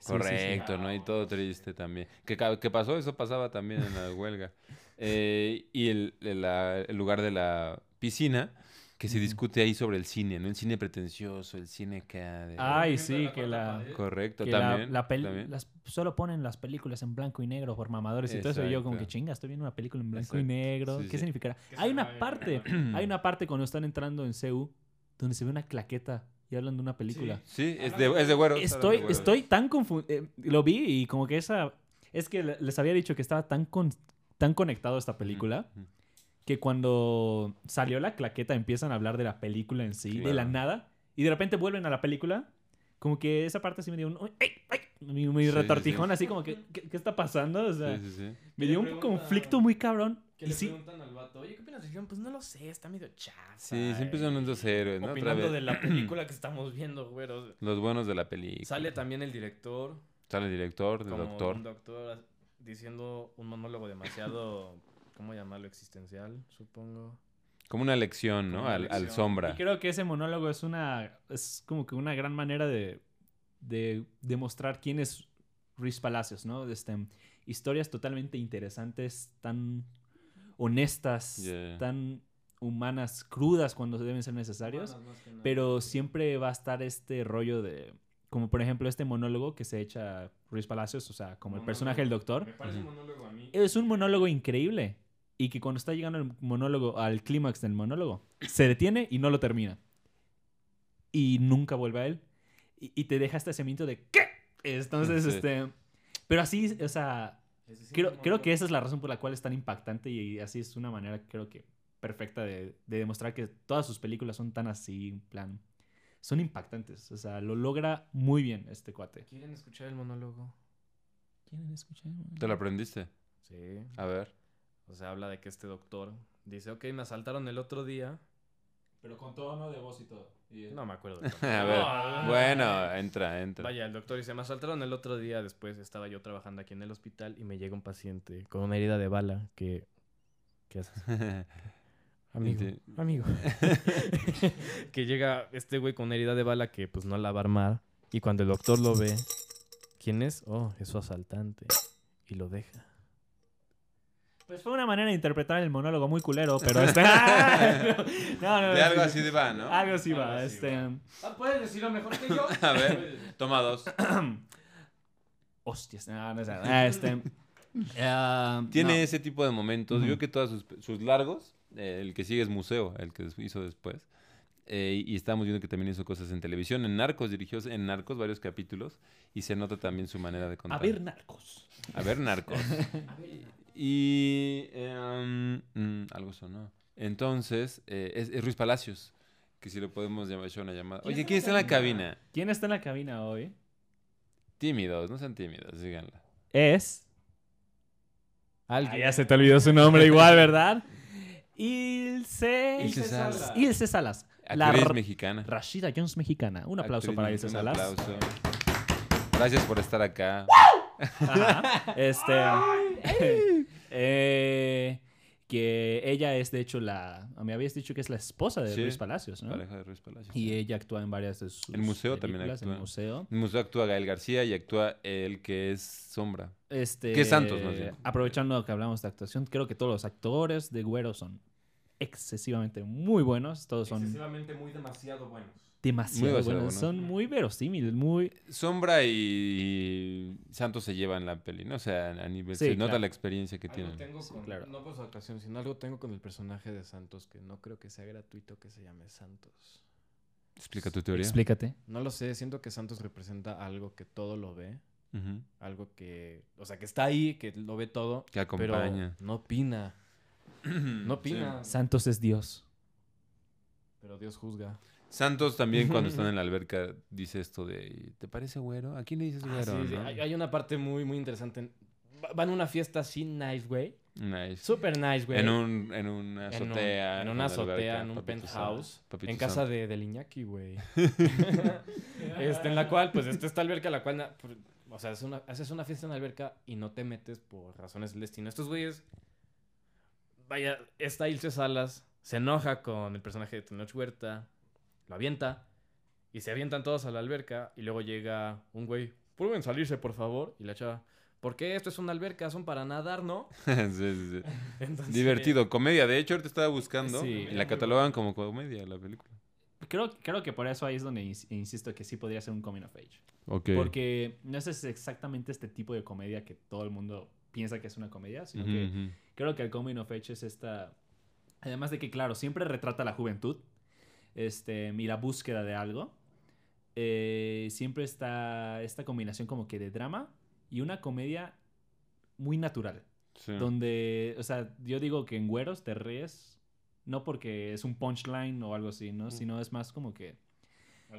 sí.
Correcto, ¿no? Y todo triste también. ¿Qué, ca- qué pasó? Eso pasaba también en
(laughs)
la huelga. Eh, y el, el- la- el lugar de la piscina, que se
Ujú.
discute ahí sobre el cine, ¿no? El cine pretencioso, el cine que...
Ay, sí, que la...
Correcto,
que la-
también.
la peli-
también.
las- solo ponen las películas en blanco y negro por mamadores y todo eso. Y yo como que
Exacto.
chinga, estoy viendo una película en blanco y
Exacto.
negro.
Sí,
¿Qué
sí.
significará?
¿Qué
Hay
será
una
(clears throat)
el-
parte, hay una parte cuando están entrando en CU donde se ve una claqueta y hablan de una película.
Sí, es de, es de güero.
Ah, Estoy, estoy tan confundido. lo vi y como que esa... Es que le- les había dicho que estaba tan, con- tan conectado a esta película
ujú.
que cuando salió la claqueta empiezan a hablar de la película en sí, de la
Claro.
nada, y de repente vuelven a la película. Como que esa parte sí me dio un... ¡Ay! ay", Mi, mi
Sí, sí,
retortijón
sí.
así como que... ¿Qué, qué está pasando? O sea,
Sí, sí, sí.
me
Que
dio
le
un
pregunta-
conflicto muy cabrón.
Que
Y
le
sí,
preguntan al vato, oye, ¿qué opinas de Pues no lo sé, está medio chafa. eh".
Sí, siempre son los dos héroes, ¿no? Otra
Opinando
vez.
de
(clears throat)
la película que estamos viendo, güero.
Los buenos de la película.
Sale también el director,
Sale el director, el
como
doctor.
un doctor, as- diciendo un monólogo demasiado, (laughs) ¿cómo llamarlo? Existencial, supongo.
Como una lección, ¿no?
Como una
al, al
lección.
Y
sombra.
creo que ese monólogo es una. Es como que una gran manera de. De demostrar quién es Ruiz Palacios, ¿no? Este, historias totalmente interesantes, tan honestas,
Yeah.
tan humanas, crudas cuando deben ser necesarios. Pero siempre va a estar este rollo de. Como por ejemplo este monólogo que se echa Ruiz Palacios, o sea, como el
Monólogo.
personaje del doctor.
Me parece un
Ujú.
monólogo a mí.
Es un monólogo increíble. Y que cuando está llegando el monólogo, al clímax del monólogo, se detiene y no lo termina. Y nunca vuelve a él. Y, y te deja este semito de ¿qué? Entonces,
Sí.
este. Pero así, o sea,
Ese sí es un
creo, creo
monólogo.
que esa es la razón por la cual es tan impactante y así es una manera, creo que, perfecta de, de demostrar que todas sus películas son tan así, en plan, son impactantes. O sea, lo logra muy bien este cuate.
¿Quieren escuchar el monólogo?
¿Quieren escuchar?
¿Te lo aprendiste?
Sí.
A ver. (laughs)
O sea, habla de que este doctor dice, ok, me asaltaron el otro día.
Pero con tono de voz y todo.
No
(laughs)
me acuerdo. de cómo.
A ver. Bueno, entra, entra. (laughs)
Vaya, el doctor dice, me asaltaron el otro día, después estaba yo trabajando aquí en el hospital y me llega un paciente con una herida de bala que... ¿Qué haces? Amigo,
Ente-
amigo. Este (laughs) que llega este güey con una herida de bala que pues no la va a armar. Y cuando el doctor lo ve, ¿quién es? Oh, es su asaltante. Y lo deja.
Pues fue una manera de interpretar el monólogo
(laughs)
muy culero, pero está. no, no, no,
De algo
sí,
así de va, ¿no?
Algo así va.
Algo así
este,
¿Puedes decirlo mejor que yo?
(laughs) A ver, toma dos.
(coughs) Hostias. No, no sé.
(laughs)
ah, Este. ah,
Tiene
no.
ese tipo de momentos.
Ujú.
Yo que todos sus, sus largos, eh, el que sigue es Museo, el que des- hizo después. eh, y estábamos viendo que también hizo cosas en televisión. En Narcos dirigió en Narcos varios capítulos. Y se nota también su manera de
A
contar.
ver, narcos.
A ver, narcos. y em, mm, algo sonó. Entonces, eh, es, es Ruiz Palacios, que si lo podemos llamar, echar una llamada.
¿Quién
Oye,
está
¿quién está en la
cabina?
cabina?
(laughs) ¿Quién está en la cabina hoy?
Tímidos, no sean tímidos, díganla.
Es. Ah,
Alguien.
ya se te olvidó su nombre igual, ¿verdad? Ilse.
Ilse Salas.
Ilse Salas. La
Actriz
r-
mexicana.
Rashida Jones mexicana. Un aplauso
Actriz
para
me-
Ilse
un
Salas.
aplauso. Gracias por estar acá. (laughs)
Ajá. Este. eh, que ella es, de hecho, la. Me habías dicho que es la esposa de
Sí,
Luis Palacios, ¿no?
Pareja de Ruiz Palacios.
Y ella actúa en varias de sus.
En museo también
películas, En
actúa.
museo.
En el museo actúa Gael García y actúa el que es Sombra.
Este,
Que es Santos, más bien.
Aprovechando que hablamos de actuación, creo que todos los actores de Güero son excesivamente muy buenos. Todos son.
Excesivamente muy demasiado buenos.
demasiado
Muy basado,
buenos.
¿no?
Son muy verosímiles, muy...
Sombra y, y Santos se llevan la peli, ¿no? O sea, a nivel...
Sí,
se nota
claro.
la experiencia que
Algo
tienen.
tengo
Sí,
con-
claro.
No por su actuación, sino algo tengo con el personaje de Santos que no creo que sea gratuito que se llame Santos.
Explica tu teoría.
Explícate.
No lo sé, siento que Santos representa algo que todo lo ve,
Ujú.
algo que, o sea, que está ahí, que lo ve todo,
Que acompaña.
pero no opina,
(clears throat)
no opina,
Santos es Dios.
pero Dios juzga.
Santos también cuando están en la alberca dice esto de... ¿Te parece güero? ¿A quién le dices
Ah,
güero?
sí, sí,
no?
Hay, hay una parte muy, muy interesante. Va- Van a una fiesta así nice, güey.
Nice.
Super nice, güey.
En, un, en una
En un-
azotea. en
En, una
la alberca,
azotea, en un
Papito Santo,
penthouse.
Papito
en casa
Santo.
de, del Iñaki, güey. este, en la cual, pues, esta esta alberca, la cual. na- por- o sea, es una- haces una fiesta en la alberca y no te metes por razones del destino. Estos güeyes. Vaya, esta Ilse Salas se enoja con el personaje de Tenoch Huerta, lo avienta y se avientan todos a la alberca y luego llega un güey. Prueben salirse, por favor. Y la chava, ¿por qué esto es una alberca? Son para nadar, ¿no?
(laughs) Sí,
(laughs)
sí, sí.
Entonces-
Divertido, comedia. De hecho, ahorita estaba buscando
Sí.
y la catalogan como comedia la película.
Creo, creo que por eso ahí es donde ins- insisto que sí podría ser un coming of age.
Ok.
Porque no es exactamente este tipo de comedia que todo el mundo piensa que es una comedia, sino que creo que el coming of age es esta... Además de que, claro, siempre retrata la juventud este, y la búsqueda de algo. Eh, siempre está esta combinación como que de drama y una comedia muy natural.
Mm.
Donde, o sea, yo digo que en Güeros te ríes no porque es un punchline o algo así, ¿no? Sino es más como que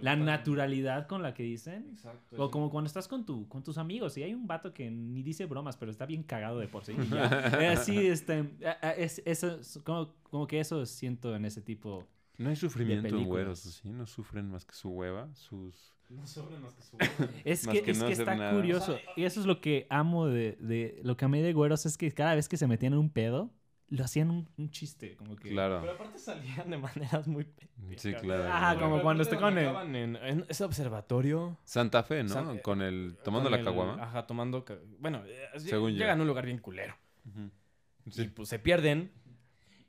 la naturalidad con la que dicen.
Pues
Exacto.
O como cuando estás con, tu, con tus amigos y hay un vato que ni dice bromas, pero está bien cagado de por sí. y
(laughs)
ya. Eh, Así, este, a- a- es, eso es como, como que eso siento en ese tipo.
No hay sufrimiento en
películas.
güeros, ¿sí? No sufren más que su hueva, sus...
No sobra más que su
Es
Más
que,
que
es
no
que
hacer
está
nada.
curioso. Y eso es lo que amo de, de- Lo que amé de Güeros es que cada vez que se metían en un pedo, lo hacían un, un chiste. Como que.
Pero
Claro.
aparte salían de maneras muy...
Sí, claro.
Ajá,
Ah,
güey.
Ah, como cuando
aparte
estoy con el-
acaban En, en ese observatorio.
Santa Fe, ¿no?
San- eh,
Con el... Tomando
con
la
el- ah.
caguama.
Ajá, tomando... ca- Bueno, eh,
Según yo.
llegan a un lugar bien culero.
Ujú.
Y pues
(laughs)
se pierden.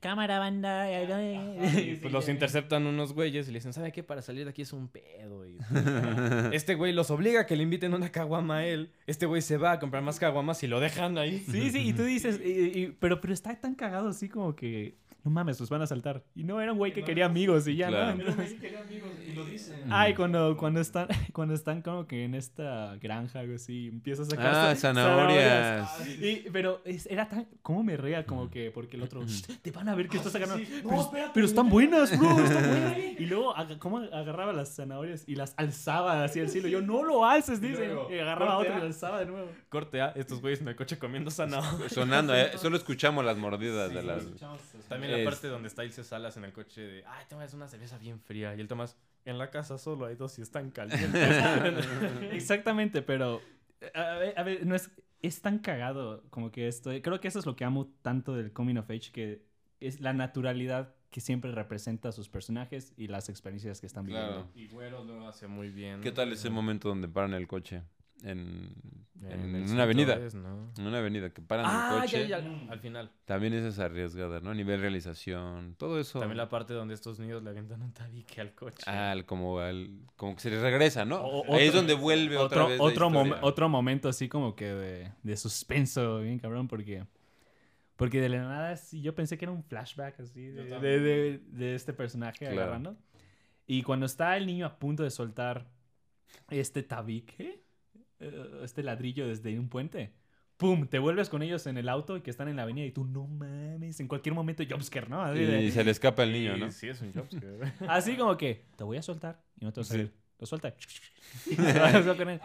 Cámara, banda. eh,
(laughs)
eh".
Y pues los interceptan unos güeyes y le dicen, ¿sabe qué? Para salir de aquí es un pedo. y- (laughs) este güey los obliga a que le inviten una caguama a él. Este güey se va a comprar más caguamas y lo dejan ahí.
Sí, sí, y tú dices, y- y- pero, pero está tan cagado así como que, no mames, los van a saltar. Y no era un güey que quería amigos y ya, ¿no?
Claro.
Entonces,
amigos y lo dicen.
Ay, cuando, cuando, están, (laughs) cuando están como que en esta granja, algo así, empiezas a sacar
Ah,
za-
zanahorias.
Ah,
Y- pero es- era tan, ¿cómo me reía? Como que, porque el otro, "Shh, te van a ver que
Ah,
estás agarrando. pero, pero están buenas, bro,
(laughs)
están buenas. Y luego, aga- ¿cómo agarraba las zanahorias y las alzaba hacia el cielo? Yo, no lo alces,
Y
dice.
luego,
Y agarraba
corte
otra y
a-
la alzaba de nuevo.
Corte A, estos güeyes en el coche comiendo zanahoria.
Sonando, ¿eh? Solo escuchamos las mordidas de
Sí,
las...
También la
Es-
parte donde está Ilse Salas en el coche de, ay, tomas una cerveza bien fría. Y el Tomás, en la casa solo hay dos y están (laughs) calientes.
(laughs) Exactamente, pero a a ver, a ver, no es, es tan cagado como que esto. eh, Creo que eso es lo que amo tanto del Coming of Age, que es la naturalidad que siempre representa a sus personajes y las experiencias que están viviendo.
Claro.
y Güero lo hace muy bien.
¿Qué tal ese momento donde paran el coche? En,
En
en
el centro
una avenida.
es, ¿no?
En una avenida que paran el
Ah,
coche.
ya, ya, ya. Al final.
También esa es arriesgada, ¿no? A nivel realización, todo Ah, eso.
También la parte donde estos niños le avientan un tabique al coche.
Al, como, al, como que se les regresa, ¿no?
O-
Ahí es
otro-
donde vuelve otra
Otro,
vez. la
otro, mom-
historia.
otro momento así como que de, de suspenso, bien cabrón, porque. Porque de la nada sí, yo pensé que era un flashback así de, de- de- de este personaje
Claro.
agarrando. Y cuando está el niño a punto de soltar este tabique, eh, este ladrillo desde un puente, ¡pum! Te vuelves con ellos en el auto y que están en la avenida y tú, no mames, en cualquier momento jumpscare, ¿no? Así, de-
Y se le escapa el niño,
Y
¿no?
Sí, es un job.
(laughs)
así como que, te voy a soltar y no te vas a
Sí.
ir. Lo
(laughs)
suelta. (laughs) Y se va con él.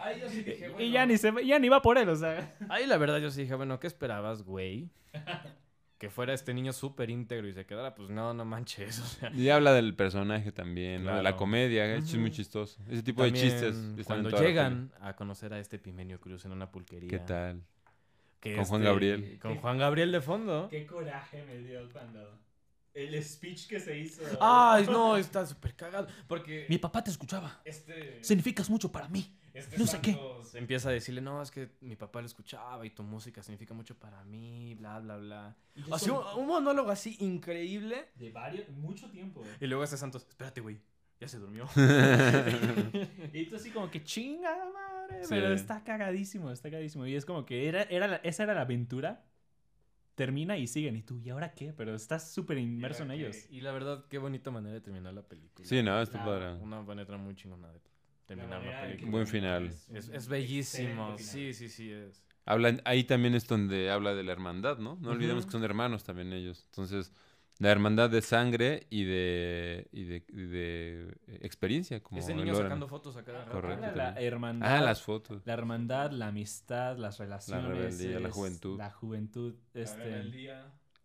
Y ya ni, se, ya ni va por él, o sea.
Ahí la verdad yo sí dije, bueno, ¿qué esperabas, güey? Que fuera este niño súper íntegro y se quedara, pues no, no manches. (laughs) O sea,
Y habla del personaje también, ¿no? de la
Claro.
comedia, es chis- muy chistoso. Ese tipo de chistes.
También,
están en
Cuando
toda la
llegan a conocer a este Pimenio Cruz en una pulquería.
peli. ¿Qué
(laughs)
tal? (laughs)
que
Con Juan Gabriel.
Con Juan Gabriel de fondo.
Qué coraje me dio cuando. El speech que se hizo.
Ay, no, está súper cagado. Porque
Mi papá te escuchaba.
este,
Significas mucho para mí.
este
no sé qué.
Santos empieza a decirle, no, es que mi papá lo escuchaba y tu música significa mucho para mí, bla, bla, bla. Así un, un monólogo así increíble.
De varios, mucho tiempo.
Y luego este Santos, espérate, güey.
ya se (laughs) durmió. y tú así como que chinga madre, pero
Sí.
está cagadísimo, está cagadísimo. Y es como que era, era la- esa era la aventura. Termina y siguen. ¿Y tú? ¿Y ahora qué? Pero estás súper inmerso en ellos.
Y la verdad, qué bonita manera de terminar la película.
Sí, no, está
Claro,
padre.
Una manera muy chingona de terminar
manera
la
en que
película.
Buen final.
Es, es bellísimo.
Excelente
Sí, sí, sí, es.
Hablan, ahí también es donde habla de la hermandad, ¿no? No olvidemos
Ujú.
que son hermanos también ellos. Entonces, la hermandad de sangre y de, y de, y de, eh, experiencia. Como
Ese niño
el Oren.
sacando fotos a cada rato.
Correcto.
Habla La
también.
hermandad.
Ah, las fotos.
La hermandad, la amistad, las relaciones.
rebeldía, la
es-
juventud.
La juventud, este, la,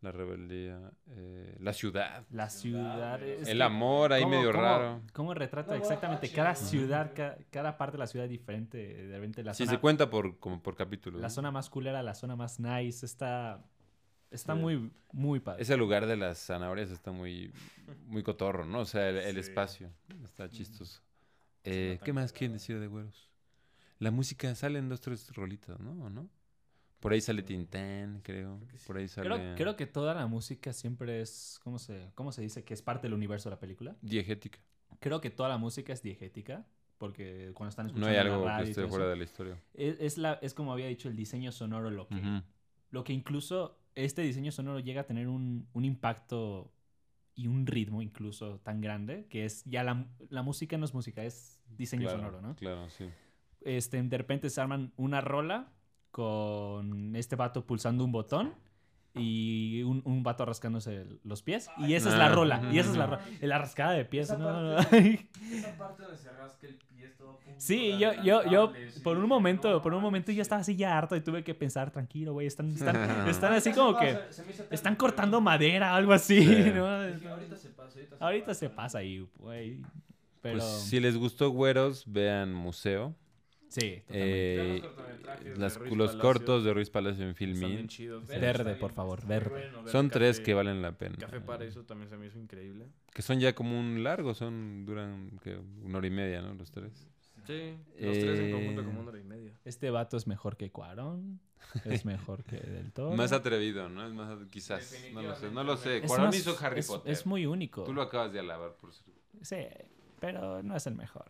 La rebeldía. eh, la ciudad.
ciudad. es
el
que-
amor ahí
¿cómo-
medio
cómo-
raro.
¿Cómo retrata exactamente cada ciudad, ca- cada, parte de la ciudad es diferente? De repente la
Sí,
zona,
se cuenta por, como por capítulos.
la
¿no?
zona más culera, la zona más nice, está, está
Sí.
muy, muy padre.
Ese lugar de las zanahorias está muy, muy cotorro, ¿no? O sea, el, el espacio
Mm.
está chistoso. Eh, ¿Qué más quieren decir de güeros? La música sale en dos, tres rolitas, ¿no? ¿O no? Por ahí sale Tintán, creo. Por ahí sale.
creo, creo que toda la música siempre es, ¿cómo se, ¿cómo se dice? Que es parte del universo de la película.
Diegética.
Creo que toda la música es diegética, porque cuando están
No
escuchando
hay
en la
algo
radio
que
y
esté
todo
fuera
eso,
de la historia.
es, es la, es como había dicho, el diseño sonoro lo que...
Ujú.
Lo que incluso este diseño sonoro llega a tener un, un impacto y un ritmo incluso tan grande que es ya la, la música no es música, es diseño
Claro,
sonoro, ¿no?
Claro, sí.
Este, de repente se arman una rola con este vato pulsando un botón y un, un vato rascándose el- los pies y esa es la
Ah,
rola, y esa es la
ujú.
rola, la rascada de pies,
Esa
¿no? (laughs)
Esa parte donde se rasca el pie es todo punto
Sí,
de
yo, yo, yo,
alcanzable, sí,
por un
de
momento,
no
por un momento yo
manches.
estaba así ya harto y tuve que pensar, tranquilo, güey, están,
(laughs)
están, están
Ahorita
así
se
como
pasa,
que...
se me hizo eterno,
Están
pero
cortando madera, algo así,
Sí.
¿no?
dije, Ahorita se pasa, ahorita se
Ahorita se
¿no?
pasa ahí, güey. Pero.
Pues si les gustó Güeros, vean Museo.
sí.
Eh,
Vean los cortometrajes
las-
de Ruiz
los
Palacio.
cortos de Ruiz Palacio en
Están bien
Filmin.
chidos.
Sí.
Vean,
Verde,
está bien,
por favor,
está muy
verde.
bueno. Vean
Son tres
Café-
que valen la pena.
Café Paraíso también se me hizo increíble.
Que son ya como un largo, son, duran ¿qué? una hora y media, ¿no? Los tres.
Sí, los tres en conjunto
Eh,
como una hora y media.
Este vato es mejor que Cuarón. Es mejor que Del Toro.
Más atrevido, ¿no? Es más, at- quizás, no lo sé, no lo sé.
Es
Cuarón
más-
hizo Harry
es-
Potter.
Es muy único.
Tú lo acabas de alabar, por ser-
Sí, pero no es el mejor.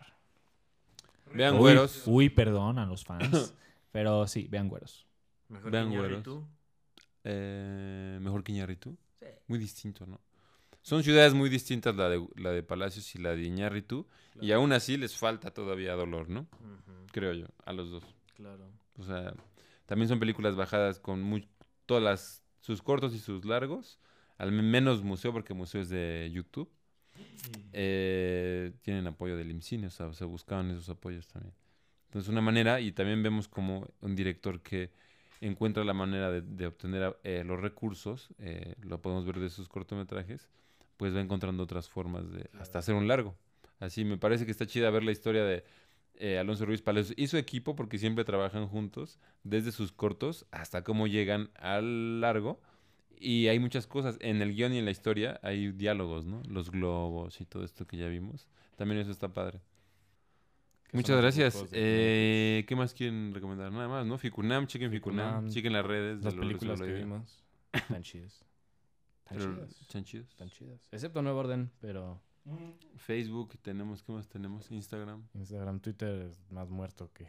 Vean
Uy,
Güeros.
Uy, perdón a los
(laughs)
fans. pero sí, vean güeros.
Mejor
vean
que
güeros.
Iñárritu.
Eh, mejor que Iñarritu. Muy distinto, ¿no? Son ciudades muy distintas la de, la de Palacios y la de Iñarritu. Y
Claro.
aún así les falta todavía dolor, ¿no?
Ujú,
Creo yo, a los dos.
Claro.
O sea, también son películas bajadas con muy, todas las, sus cortos y sus largos. Al menos Museo, porque Museo es de YouTube. Eh, tienen apoyo del IMCINE, o sea, se buscaban esos apoyos también. Entonces, una manera, y también vemos como un director que encuentra la manera de, de obtener eh, los recursos, eh, lo podemos ver de sus cortometrajes, pues va encontrando otras formas de hasta hacer un largo. Así, me parece que está chida ver la historia de eh, Alonso Ruiz Palacios y su equipo, porque siempre trabajan juntos, desde sus cortos hasta cómo llegan al largo. Y hay muchas cosas. En el guión y en la historia hay diálogos, ¿no? Los globos y todo esto que ya vimos. También eso está padre.
Que son
Muchas
los
gracias.
grupos de
Eh, ¿Qué más quieren recomendar? Nada más, ¿no? Ficunam, chequen Ficunam,
Ficunam,
chequen las redes. de
Las
los
películas que
Resolved.
vimos. Tan chidas. Tan
Pero-
chidas.
¿están chidos?
Tan chidas. Excepto Nuevo Orden, pero
Mm.
Facebook, tenemos, ¿qué más tenemos? Instagram,
Instagram, Twitter es más muerto que.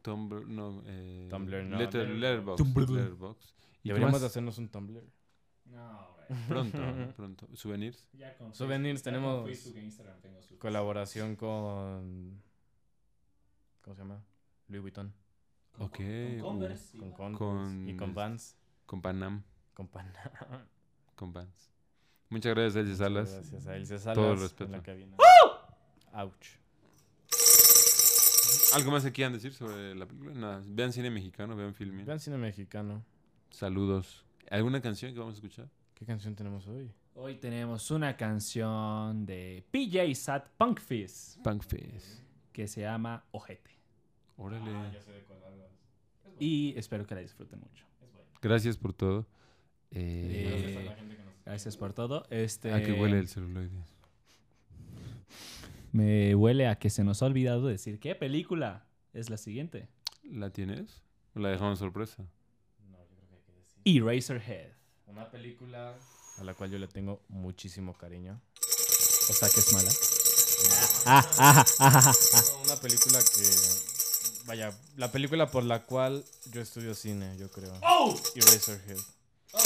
Tumblr, no. eh,
Tumblr, no,
Letter-
Letterboxd.
Letterboxd,
Tumblr.
Letterboxd. ¿Y qué
Deberíamos
más?
de hacernos un Tumblr.
No,
Pronto, pronto. Souvenirs.
Ya con
Souvenirs ya con tenemos- Facebook
Facebook e Instagram tengo sus.
Colaboración con. ¿Cómo se llama? Louis Vuitton.
Ok. uh,
Con Converse
Con
Y con
este-
Vans.
con Panam.
Con (laughs) Panam.
Con Vans. Muchas gracias, Elsie Salas.
Gracias a Ilse Salas.
Todo el
en
respeto. ¡Oh!
la cabina. Ouch.
¿Algo más que quieran decir sobre la película? Nada. Vean cine mexicano, vean filming.
Gran cine mexicano.
Saludos. ¿Alguna canción que vamos a escuchar?
¿Qué canción tenemos hoy?
Hoy tenemos una canción de PJ Sat Punk Fizz.
Punk Fest.
que se llama Ojete.
Órale.
Y espero que la disfruten mucho.
Gracias por todo. Eh,
Eh, gracias por todo. Este,
¿A qué Ah, huele el celuloide?
Me huele a que se nos ha olvidado decir qué película es la siguiente.
¿La tienes? ¿O la dejamos sorpresa?
No, yo creo que hay que decir.
Eraserhead.
Una película a la cual yo le tengo muchísimo cariño.
O sea que es mala.
Ah,
Una película que. Vaya, la película por la cual yo estudio cine, yo creo.
¡Oh!
Eraserhead.
¡Oh!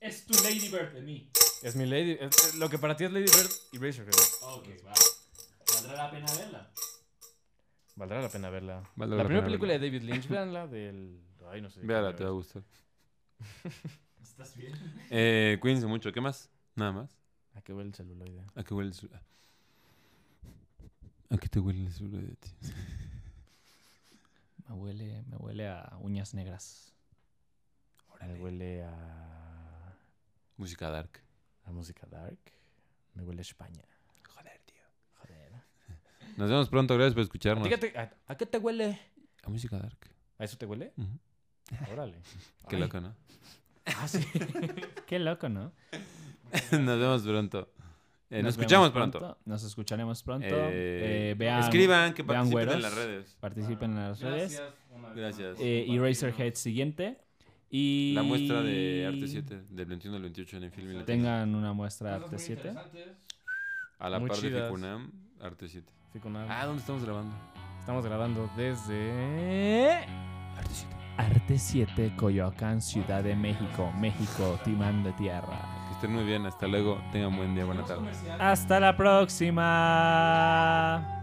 Es tu Lady Bird de mí.
Es mi Lady. es- es- lo que para ti es Lady Bird, Eraserhead.
Ok, va. ¿Valdrá la pena verla?
Valdrá la pena verla.
Valdrá
la
la pena
primera película de
(laughs)
David Lynch, veanla del. Ay, no sé.
Véala,
qué
te va a
es.
gustar.
¿Estás bien?
Eh, cuídense mucho. ¿Qué más? Nada más.
¿A Ah, qué huele el celuloide?
¿A qué huele el celular? ¿A qué te huele el celular de ti?
Me huele, me huele a uñas negras.
Me huele a.
Música dark.
a música dark. Me huele a España. Joder, tío. Joder.
Nos vemos pronto. Gracias por escucharnos.
Fíjate, ¿a, a qué te huele?
A música dark.
¿A eso te huele?
Ujú.
Órale.
Qué
Ay.
loco, ¿no? Ah,
(laughs) Qué loco, ¿no?
(laughs) Nos vemos pronto. Eh, nos,
vemos
escuchamos pronto.
Nos escucharemos pronto.
Eh,
Eh, vean,
escriban que
vean
participen en
güeros.
las redes.
Participen en las redes.
Gracias. una vez
Gracias.
más.
Eh, Eraserhead siguiente. Y
La muestra de Arte 7 del 21 al 28 en el film. y la tele.
Tengan una muestra de
Cosas
Arte
muy
7.
interesantes.
A la
Muy
par de
chidas.
Ficunam, Arte 7.
Fui con
Ah,
una...
¿dónde estamos grabando?
Estamos grabando desde.
Arte 7.
Arte 7, Coyoacán, Ciudad de México. México, timán de tierra.
Que estén muy bien. Hasta luego. Tengan buen día. Buena
Tenemos
tarde.
comerciales.
Hasta la próxima.